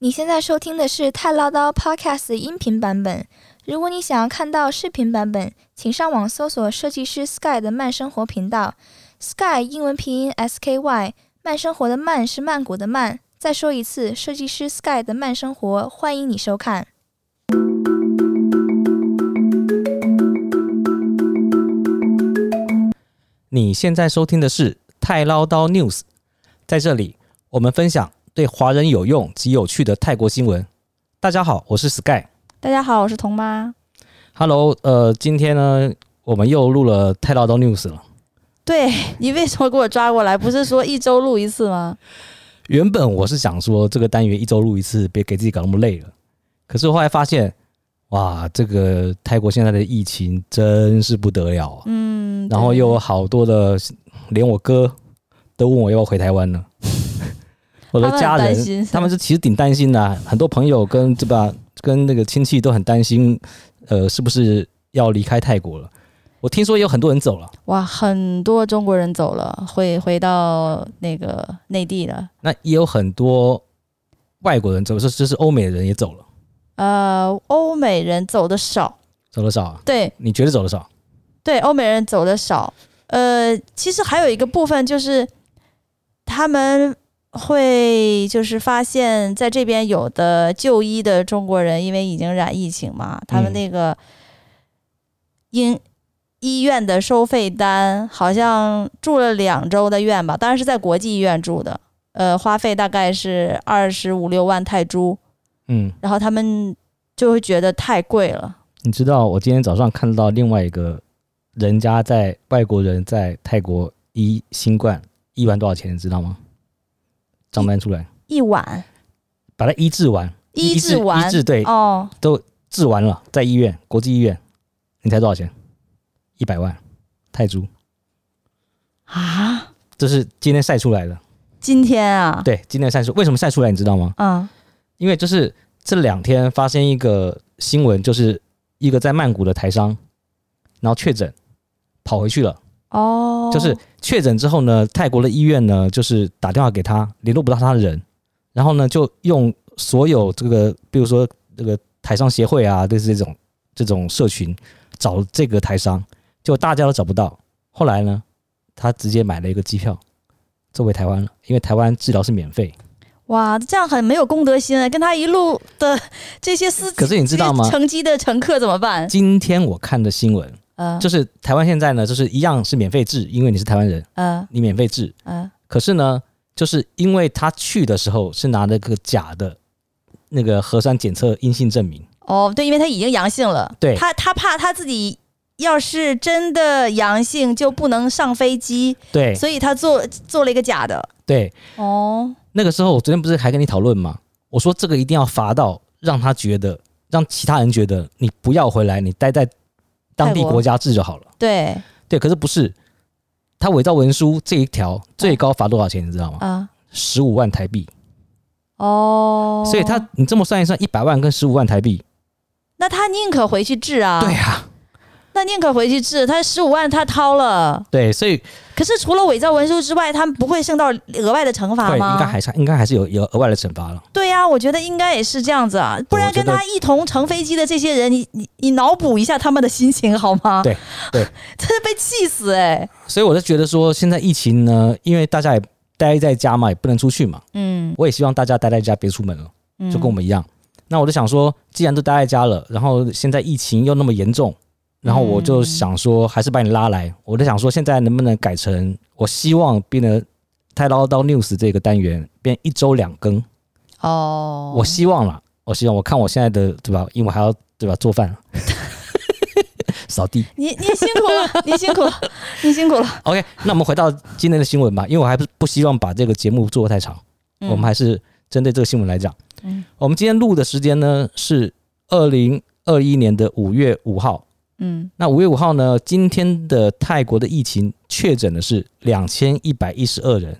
你现在收听的是《太唠叨 Podcast》音频版本。如果你想要看到视频版本，请上网搜索设计师 Sky 的慢生活频道。Sky 英文拼音 S K Y，慢生活的慢是曼谷的慢。再说一次，设计师 Sky 的慢生活，欢迎你收看。你现在收听的是《太唠叨 News》，在这里我们分享对华人有用及有趣的泰国新闻。大家好，我是 Sky。大家好，我是童妈。 Hello，呃，今天呢，我们又录了《太唠叨 News》了。对 你为什么给我抓过来？不是说一周录一次吗？原本我是想说这个单元一周录一次，别给自己搞那么累了。可是后来发现，哇，这个泰国现在的疫情真是不得了啊！嗯，然后对又有好多的，连我哥都问我要不要回台湾 呢。我的家他们很人担心他们是其实挺担心的啊、很多朋友跟这吧跟那个亲戚都很担心，呃，是不是要离开泰国了？我听说有很多人走了，哇，很多中国人走了，回回到那个内地了。那也有很多外国人走，这就是欧美人也走了，呃，欧美人走的少，走了少啊？对你觉得走了少？对，欧美人走的少。呃，其实还有一个部分就是他们。会就是发现，在这边有的就医的中国人，因为已经染疫情嘛，他们嗯那个因医院的收费单好像住了两周的院吧，当然是在国际医院住的，呃，花费大概是二十五六万泰铢，嗯，然后他们就会觉得太贵了。你知道我今天早上看到另外一个人家在外国人在泰国医新冠医完多少钱，你知道吗？账单出来，一晚把它医治完，医治完医治对，哦，治完了，在医院，国际医院，你猜多少钱？一百万泰铢，啊，这是今天晒出来的。今天啊，对，今天晒出，为什么晒出来？你知道吗？嗯因为就是这两天发生一个新闻，就是一个在曼谷的台商，然后确诊，跑回去了。哦，就是确诊之后呢，泰国的医院呢，就是打电话给他，联络不到他的人，然后呢，就用所有这个，比如说这个台商协会啊，类似这种这种社群找这个台商，就大家都找不到。后来呢，他直接买了一个机票，就回台湾了，因为台湾治疗是免费。哇，这样很没有公德心啊！跟他一路的这些司机，可是你知道吗这些乘机的乘客怎么办？今天我看的新闻嗯就是台湾现在呢，就是一样是免费治，因为你是台湾人，嗯你免费治。嗯，可是呢，就是因为他去的时候是拿了个假的那个核酸检测阴性证明，哦，对，因为他已经阳性了，对他他怕他自己要是真的阳性就不能上飞机，对所以他做做了一个假的。对。哦，那个时候我昨天不是还跟你讨论吗？我说这个一定要罚到让他觉得，让其他人觉得你不要回来，你待在当地泰国国家治就啊好了。对对，可是不是他伪造文书这一条最高罚多少钱，你知道吗？啊，十五万台币。哦，所以他你这么算一算，一百万跟十五万台币，那他宁可回去治啊，对，啊，那宁可回去治，他十五万他掏了，对，所以可是除了伪造文书之外，他们不会受到额外的惩罚对，吗？应该还是应该还是有有额外的惩罚了。对呀、我觉得应该也是这样子啊，不然跟我他一同乘飞机的这些人，你你你脑补一下他们的心情好吗？对对， 真是被气死哎、所以我就觉得说，现在疫情呢，因为大家也待在家嘛，也不能出去嘛，嗯，我也希望大家待在家，别出门了，嗯就跟我们一样。那我就想说，既然都待在家了，然后现在疫情又那么严重，然后我就想说，还是把你拉来。我就想说，现在能不能改成，我希望变得太唠叨 news 这个单元变一周两更，哦，我希望啦，我希望我看我现在的对吧，因为我还要对吧做 饭。扫地你你辛苦了， 你辛苦了，你辛苦了。 ，OK，那我们回到今天的新闻吧，因为我还不不希望把这个节目做得太长。嗯我们还是针对这个新闻来讲。嗯我们今天录的时间呢是二零二一年的五月五号。嗯那五月五号呢，今天的泰国的疫情确诊的是两千一百一十二人，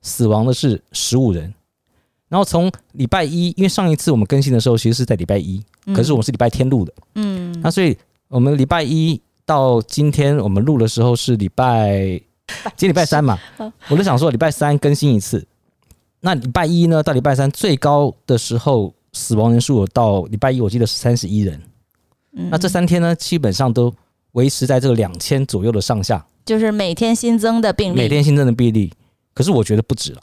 死亡的是十五人。然后从礼拜一，因为上一次我们更新的时候其实是在礼拜一，嗯可是我们是礼拜天录的，嗯那所以我们礼拜一到今天我们录的时嗯候是礼拜，今天礼拜三嘛，我就想说礼拜三更新一次。那礼拜一呢到礼拜三最高的时候，死亡人数有到礼拜一我记得是三十一人。嗯那这三天呢，基本上都维持在这个两千左右的上下，就是每天新增的病例，每天新增的比例。可是我觉得不止了，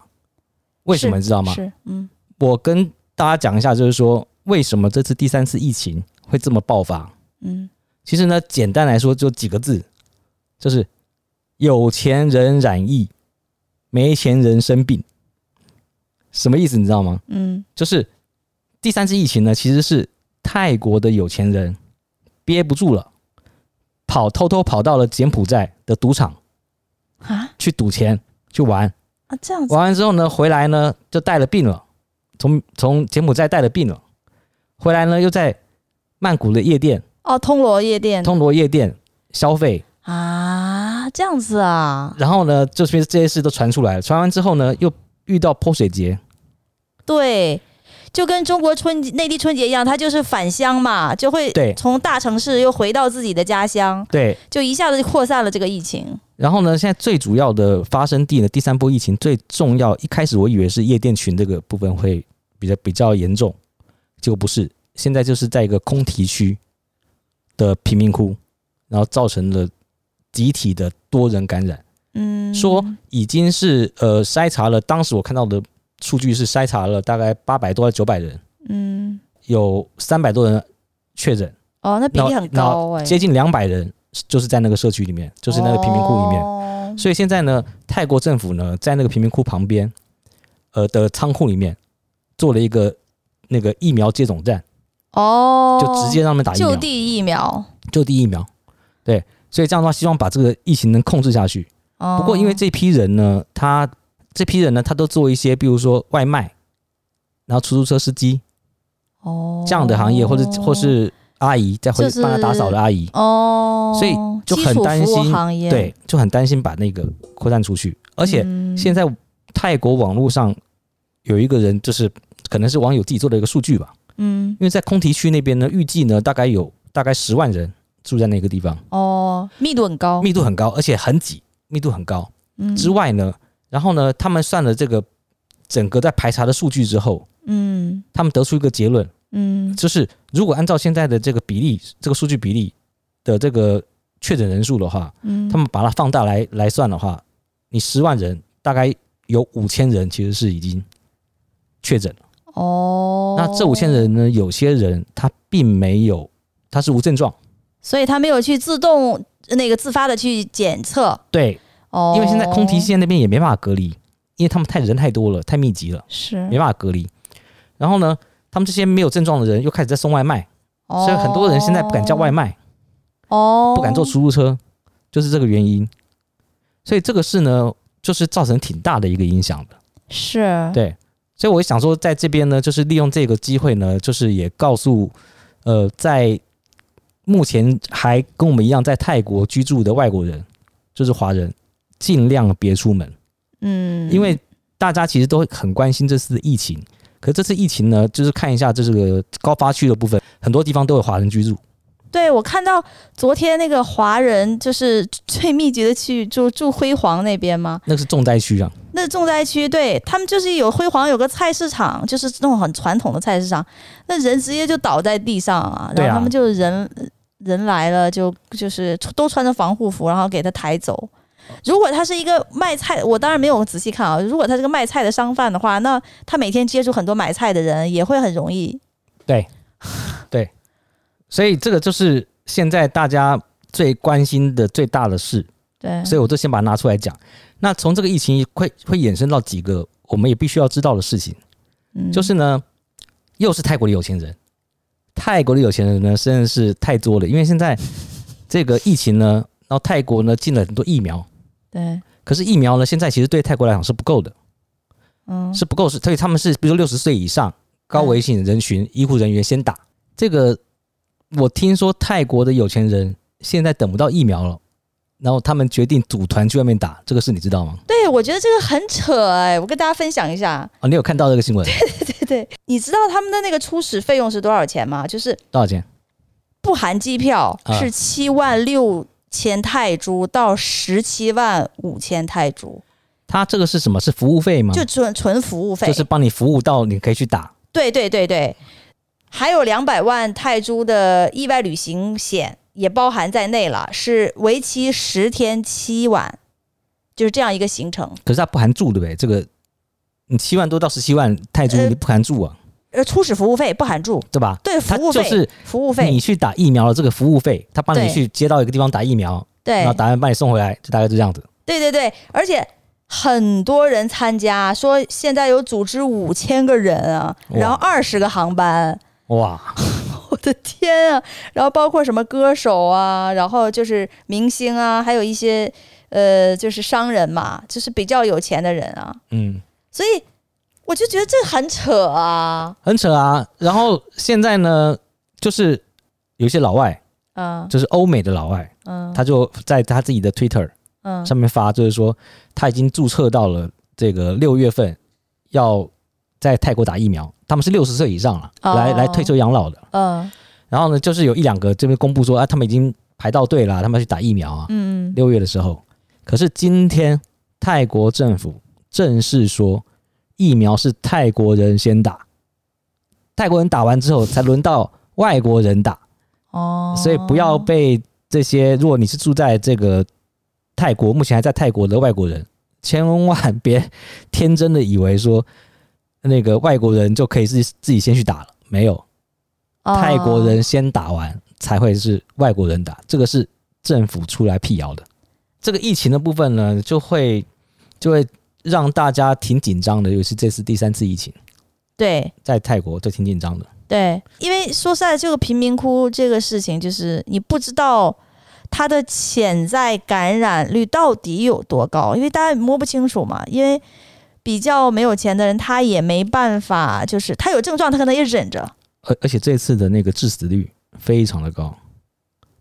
为什么你知道吗？是，嗯我跟大家讲一下，就是说为什么这次第三次疫情会这么爆发。嗯，其实呢，简单来说就几个字，就是有钱人染疫，没钱人生病。什么意思你知道吗？嗯，就是第三次疫情呢，其实是泰国的有钱人憋不住了，跑偷偷跑到了柬埔寨的赌场啊去赌钱去玩，啊这样子，玩完之后呢，回来呢就带了病了，从从柬埔寨带了病了，回来呢又在曼谷的夜店、哦，通罗夜店通罗夜店消费，啊，这样子啊，然后呢，这边这些事都传出来了，传完之后呢，又遇到泼水节，对。就跟中国春内地春节一样，他就是返乡嘛，就会对从大城市又回到自己的家乡，对。就一下子就扩散了这个疫情。然后呢，现在最主要的发生地呢，第三波疫情最重要，一开始我以为是夜店群这个部分会比较比较严重，结果不是，现在就是在一个空提区的贫民窟，然后造成了集体的多人感染。嗯，说已经是呃筛查了，当时我看到的数据是筛查了大概八百多到九百人，嗯，有三百多人确诊。哦，那比例很那高哎、接近两百人，就是在那个社区里面，就是那个贫民窟里面。面所以现在呢，泰国政府呢，在那个贫民窟旁边，呃的仓库里面，做了一个那个疫苗接种站，哦，就直接让他们打疫苗，就地疫苗。就地疫苗。对，所以这样的话，希望把这个疫情能控制下去。哦不过因为这批人呢，他这批人呢，他都做一些，比如说外卖，然后出租车司机哦这样的行业，或者或是阿姨再回就是帮他打扫的阿姨。哦，所以就很基础担心服务行业，对，就很担心把那个扩散出去。而且嗯现在泰国网络上有一个人，就是可能是网友自己做的一个数据吧，嗯因为在空提区那边呢，预计呢大概有大概十万人住在那个地方，哦，密度很高，密度很高，而且很挤，密度很高。嗯之外呢，然后呢，他们算了这个整个在排查的数据之后，嗯他们得出一个结论，嗯就是如果按照现在的这个比例，这个数据比例的这个确诊人数的话，嗯，他们把它放大来来算的话，你十万人大概有五千人其实是已经确诊了。哦，那这五千，人呢，有些人他并没有，他是无症状。所以他没有去自动那个自发的去检测，对，哦，因为现在空提县那边也没办法隔离，因为他们太人太多了，太密集了，是没，办法隔离。然后呢，他们这些没有症状的人又开始在送外卖，所所以很多人现在不敢叫外，卖，哦，不敢坐出租车，就是这个原因。所以这个事呢，就是造成挺大的一个影响的。是，对，所以我想说，在这边呢，就是利用这个机会呢，就是也告诉，呃，在目前还跟我们一样在泰国居住的外国人，就是华人，尽量别出门，嗯，因为大家其实都很关心这次的疫情。可这次疫情呢，就是看一下这个高发区的部分，很多地方都有华人居住。对我看到昨天那个华人就是最密集的区域，就住辉煌那边嘛，那个是重灾区啊，那重灾区，对他们就是有辉煌有个菜市场，就是那种很传统的菜市场，那人直接就倒在地上啊，对然啊后他们就人、人来了就就是都穿着防护服，然后给他抬走。如果他是一个卖菜，我当然没有仔细看啊。如果他是个卖菜的商贩的话，那他每天接触很多买菜的人，也会很容易。所以这个就是现在大家最关心的最大的事。对，所以我就先把它拿出来讲。那从这个疫情会会衍生到几个我们也必须要知道的事情，嗯就是呢，又是泰国的有钱人，泰国的有钱人呢真的是太多了，因为现在这个疫情呢，然后泰国呢进了很多疫苗，对，可是疫苗呢现在其实对泰国来讲是不够的，嗯，是不够是，所以他们是比如说六十岁以上高危险人群，医护人员先打这个。我听说泰国的有钱人现在等不到疫苗了，然后他们决定组团去外面打，这个事你知道吗？对，我觉得这个很扯哎，我跟大家分享一下。 啊，你有看到这个新闻？对对，你知道他们的那个初始费用是多少钱吗？就是多少钱？不含机票啊是七万六千泰铢到十七万五千泰铢，它这个是什么？是服务费吗？就纯纯服务嗯费，就是帮你服务到你可以去打。对对对对，还有两百万泰铢的意外旅行险也包含在内了，是为期十天七晚，就是这样一个行程。可是它不含住，对不对？这个你七万多到十七万泰铢，呃你不含住啊，呃，初始服务费不含住，对吧？对服它务就费，是服务费你，去打疫苗的这个服务费，他帮你对哎去接到一个地方打疫苗，对然后打完把你送回来，就大概就这样子。对对对，而且很多人参加，说现在有组织五千个人啊，哇然后二十个航班，哇， 我的天啊！然后包括什么歌手啊，然后就是明星啊，还有一些呃，就是商人嘛，就是比较有钱的人啊，嗯，所以我就觉得这很扯啊，很扯啊。然后现在呢，就是有一些老外，嗯就是欧美的老外，嗯他就在他自己的 Twitter 嗯上面发，就是说他已经注册到了这个六月份要在泰国打疫苗，他们是六十岁以上了，哦来来退休养老的。嗯然后呢，就是有一两个这边公布说啊，他们已经排到队了，他们要去打疫苗啊。嗯，六月的时候，可是今天泰国政府正式说，疫苗是泰国人先打，泰国人打完之后才轮到外国人打，哦，所以不要被这些，如果你是住在这个泰国，目前还在泰国的外国人，千万别 天真的以为说那个外国人就可以自己自己先去打了，没有，哦泰国人先打完才会是外国人打，这个是政府出来辟谣的。这个疫情的部分呢，就会就会让大家挺紧张的，尤其是这次第三次疫情，对。在泰国就挺紧张的。对，因为说实在，这个贫民窟这个事情，就是你不知道它的潜在感染率到底有多高，因为大家摸不清楚嘛。因为比较没有钱的人，他也没办法，就是他有症状，他可能也忍着。而而且这次的那个致死率非常的高，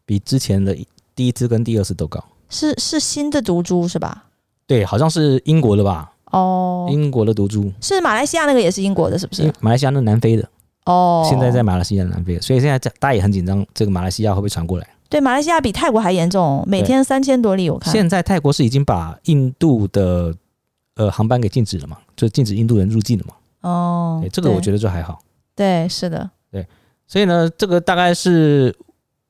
比之前的第一次跟第二次都高。是是新的毒株是吧？对，好像是英国的吧？哦，英国的毒株，是马来西亚那个也是英国的，是不是？马来西亚那南非的，哦，现在在马来西亚南非的，所以现在在大家也很紧张，这个马来西亚会不会传过来？对马来西亚比泰国还严重，每对天三千多例，我看。现在泰国是已经把印度的呃航班给禁止了嘛，就禁止印度人入境了嘛。哦对，，这个我觉得得就还好。对，是的，所以呢，这个大概是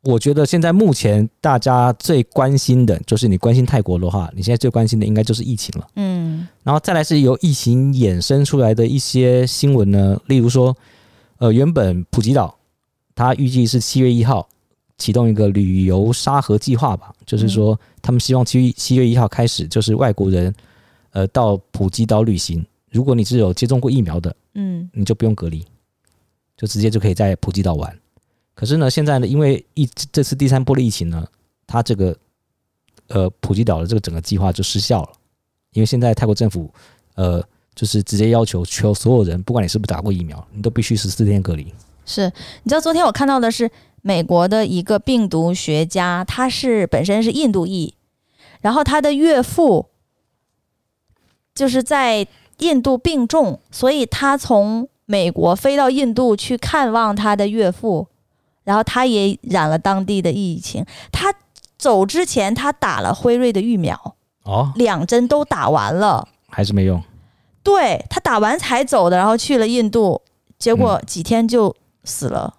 我觉得现在目前大家最关心的，就是你关心泰国的话，你现在最关心的应该就是疫情了。嗯然后再来是由疫情衍生出来的一些新闻呢，例如说，呃，原本普吉岛它预计是七月一号启动一个旅游沙盒计划吧，就是说他们希望七月七月一号开始，就是外国人呃到普吉岛旅行，如果你是有接种过疫苗的，嗯你就不用隔离，就直接就可以在普吉岛玩。可是呢，现在呢，因为疫这次第三波的疫情呢，它这个呃普吉岛的这个整个计划就失效了，因为现在泰国政府呃就是直接要求求所有人，不管你是不是打过疫苗，你都必须十四天隔离。是，你知道昨天我看到的是美国的一个病毒学家，他是本身是印度裔，然后他的岳父就是在印度病重，所以他从美国飞到印度去看望他的岳父，然后他也染了当地的疫情。他走之前，他打了辉瑞的疫苗，哦，两针都打完了。还是没用，对他打完才走的，然后去了印度，结果几天就死了。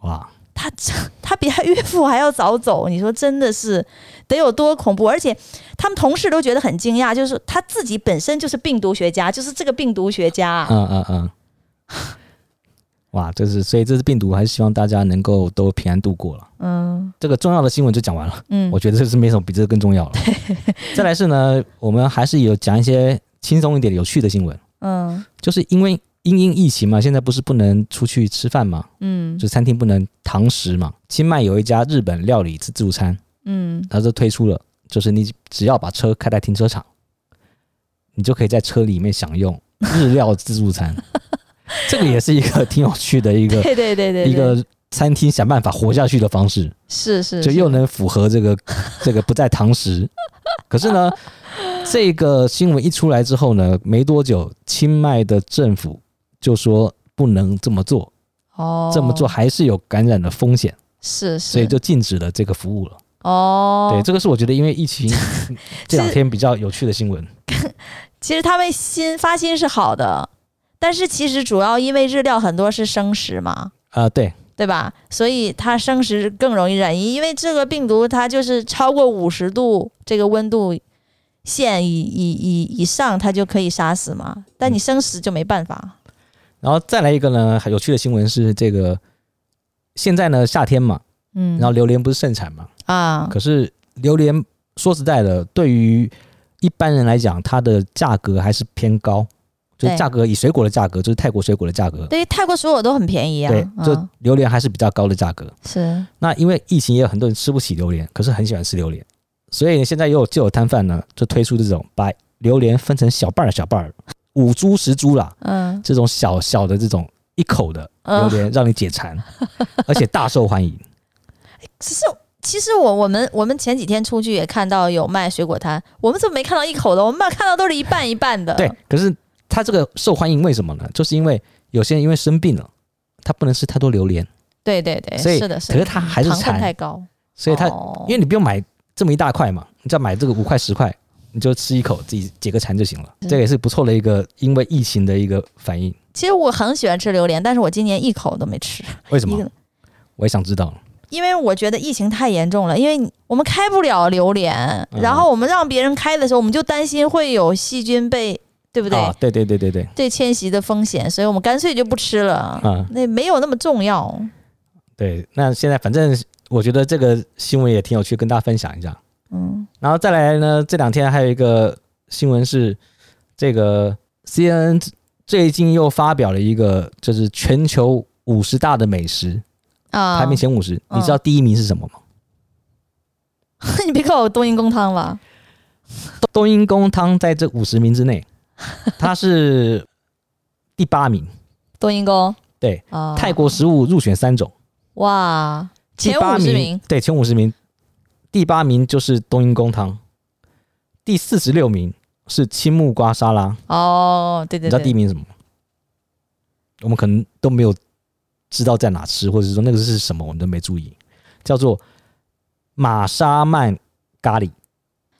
哇！他这他比他 岳父还要早走，你说真的是得有多恐怖？而且他们同事都觉得很惊讶，就是他自己本身就是病毒学家，就是这个病毒学家。嗯嗯嗯， 哇，这是所以这次病毒，还是希望大家能够都平安度过了。嗯这个重要的新闻就讲完了。嗯我觉得这是没什么比这个更重要了。再来是呢，我们还是有讲一些轻松一点、有趣的新闻，嗯就是因为因应疫情嘛，现在不是不能出去吃饭嘛，嗯就餐厅不能堂食嘛。清迈有一家日本料理自助餐，嗯，它就推出了，就是你只要把车开在停车场，你就可以在车里面享 用日料自助餐。这个也是一个挺有趣的一个对对对对，一对个餐厅想办法活下去的方式。是是就是又能符合这 个这个不在堂食。可是呢，这个新闻一出来之后呢，没多久，清迈的政府就说不能这么做，哦这么做还是有感染的风险，是是，所以就禁止了这个服务了。哦 对，这个是我觉得因为疫情这两天比较有趣的新闻。其实他们新发心是好的，但是其实主要因为日料很多是生食嘛，啊、对，对吧？所以它生食更容易染疫，因为这个病毒它就是超过五十度这个温度线以以以以上，它就可以杀死嘛。但嗯你生食就没办法。然后再来一个呢，有趣的新闻是这个，现在呢夏天嘛，嗯，然后榴莲不是盛产嘛，啊，可是榴莲说实在的，对于一般人来讲，它的价格还是偏高，就是对价格以水果的价格，就是泰国水果的价格，对于泰国水果都很便宜啊，对，就嗯、榴莲还是比较高的价格。是那因为疫情也有很多人吃不起榴莲，可是很喜欢吃榴莲，所以现在又有就有摊贩呢，就推出这种把榴莲分成小瓣儿小瓣儿，五株十株啦，嗯这种小小的这种一口的榴嗯，莲让你解 馋，而且大受欢迎。其实。其实我我们我们前几天出去也看到有卖水果摊，我们怎么没看到一口的？我们把看到都是一半一半的。对，可是它这个受欢迎为什么呢？就是因为有些人因为生病了，他不能吃太多榴莲，对对对，所以是的，是可是的，他还是糖分太馋，高，所以他、哦因为你不用买这么一大块嘛，你只要买这个五块十块，你就吃一口自己解个馋就行了。嗯这个也是不错的一个因为疫情的一个反应。其实我很喜欢吃榴莲，但是我今年一口都没吃。为什一么个？我也想知道。因为我觉得疫情太严重了，因为你我们开不了榴莲，嗯然后我们让别人开的时候，我们就担心会有细菌被，对不对？啊，对对对对对，对迁徙的风险，所以我们干脆就不吃了。啊那没有那么重要，对。那现在反正我觉得这个新闻也挺有趣，跟大家分享一下。嗯，然后再来呢，这两天还有一个新闻是，这个 CNN 最近又发表了一个，就是全球五十大的美食啊，排名前五十、嗯你知道第一名是什么吗？ 你别给我冬阴功汤了，冬阴功汤在这五十名之内，它是第八 名。冬阴功，对，啊，泰国食物入选三种，哇，第前八五十名名对前五十名，第八名就是冬阴功汤，第四十六名是青木瓜沙拉，哦，对你对知道第一对，名是什么吗？我们可能都没有知道在哪吃，或者是说那个是什么，我们都没注意，叫做玛莎曼咖喱，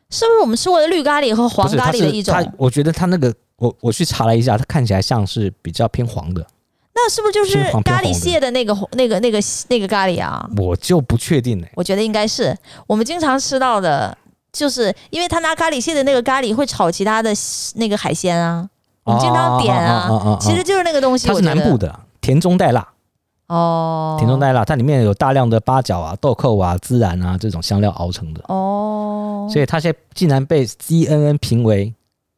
是不是我们吃过的绿咖喱和黄不是咖它喱是的一种？它我觉得它那个，我我去查了一下，它看起来像是比较偏黄的，那是不是就是金黄偏咖喱红的蟹的那个红那个那个那个咖喱啊？我就不确定嘞、我觉得应该是我们经常吃到的，就是因为他拿咖喱蟹的那个咖喱会炒其他的那个海鲜啊，我们经哦常点啊，其实就是那个东西。它是南部的的啊，甜中带辣，哦，甜中带辣，它里面有大量的八角啊、豆蔻啊、孜然啊这种香料熬成的。哦，所以它现在竟然被 CNN 评为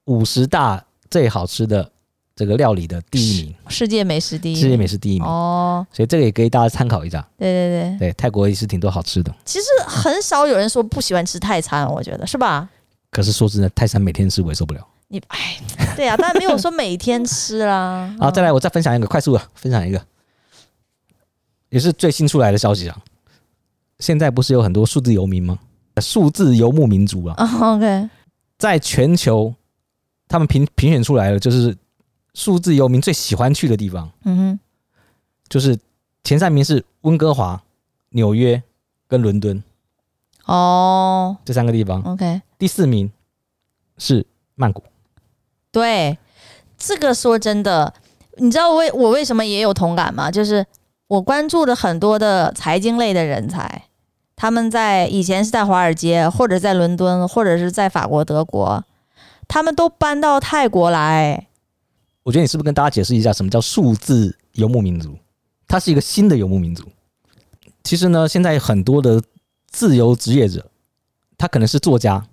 五十大最好吃的这个料理的第一名，世界美食第一，世界美食第一名。哦，嗯所以这个也给大家参考一下。对对对，对，泰国也是挺多好吃的。其实很少有人说不喜欢吃泰餐，我觉得是吧？可是说真的，泰山每天吃我也受不了。你哎，对呀、但没有说每天吃啦。 啊，再来，我再分享一个，快速的分享一个，也是最新出来的消息啊。现在不是有很多数字游民吗？数字游牧民族啊，啊，OK，在全球，他们评评选出来了，就是数字游民最喜欢去的地方。嗯哼，就是前三名是温哥华、纽约跟伦敦哦这三个地方， ，OK，第四名是曼谷。对，这个说真的，你知道为我为什么也有同感吗？就是我关注了很多的财经类的人才，他们在以前是在华尔街，或者在伦敦，或者是在法国、德国，他们都搬到泰国来。我觉得你是不是跟大家解释一下什么叫数字游牧民族？它是一个新的游牧民族。其实呢，现在很多的自由职业者，他可能是作家，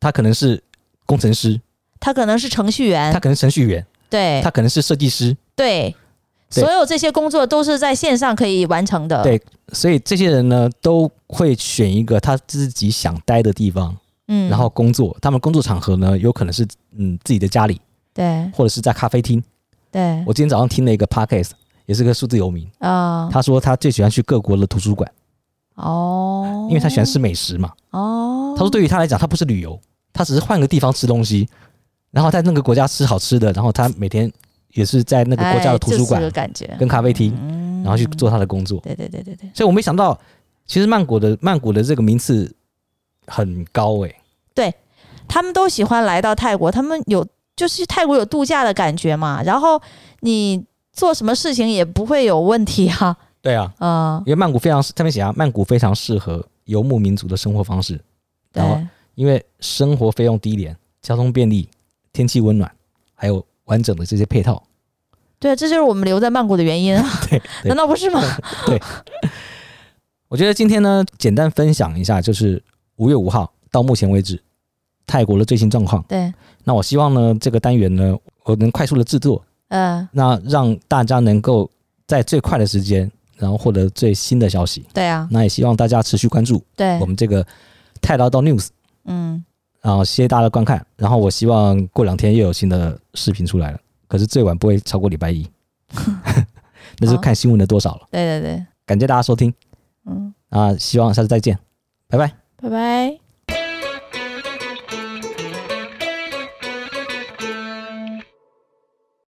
他可能是工程师，他可能是程序他员，可能是程序员，对他可能是设计师。对，对所有这些工作都是在线上可以完成的。对所以这些人呢，都会选一个他自己想待的地方，嗯，然后工作。他们工作场合呢，有可能是嗯自己的家里，对或者是在咖啡厅。对我今天早上听了一个 podcast，也是个数字游民，啊、他说他最喜欢去各国的图书馆，哦，因为他喜欢吃美食嘛。哦，他说对于他来讲，他不是旅游，他只是换个地方吃东西，然后在那个国家吃好吃的，然后他每天也是在那个国家的图书哎就是这个馆感觉，跟咖啡厅，嗯然后去做他的工作。对对对对对所以我没想到，其实曼谷的曼谷的这个名次很高诶、欸他们都喜欢来到泰国，他们有就是去泰国有度假的感觉嘛，然后你做什么事情也不会有问题啊， 对啊，嗯，因为曼谷非常，上面写啊，曼谷非常适合游牧民族的生活方式，然后对，因为生活费用低廉、交通便利、天气温暖，还有完整的这些配套。对，这就是我们留在曼谷的原因 啊，对，对难道不是吗？我觉得今天呢，简单分享一下，就是五月五号到目前为止泰国的最新状况。 对，那我希望呢，这个单元呢，我能快速的制作，嗯，那让大家能够在最快的时间，然后获得最新的消息。对啊，那也希望大家持续关注对我，们这个泰劳到 news，嗯，然后谢谢大家的观看。然后我希望过两天又有新的视频出来了，可是最晚不会超过礼拜一，那是好看新闻的多少了。对对对，感谢大家收听嗯，啊，希望下次再见，拜拜。拜拜。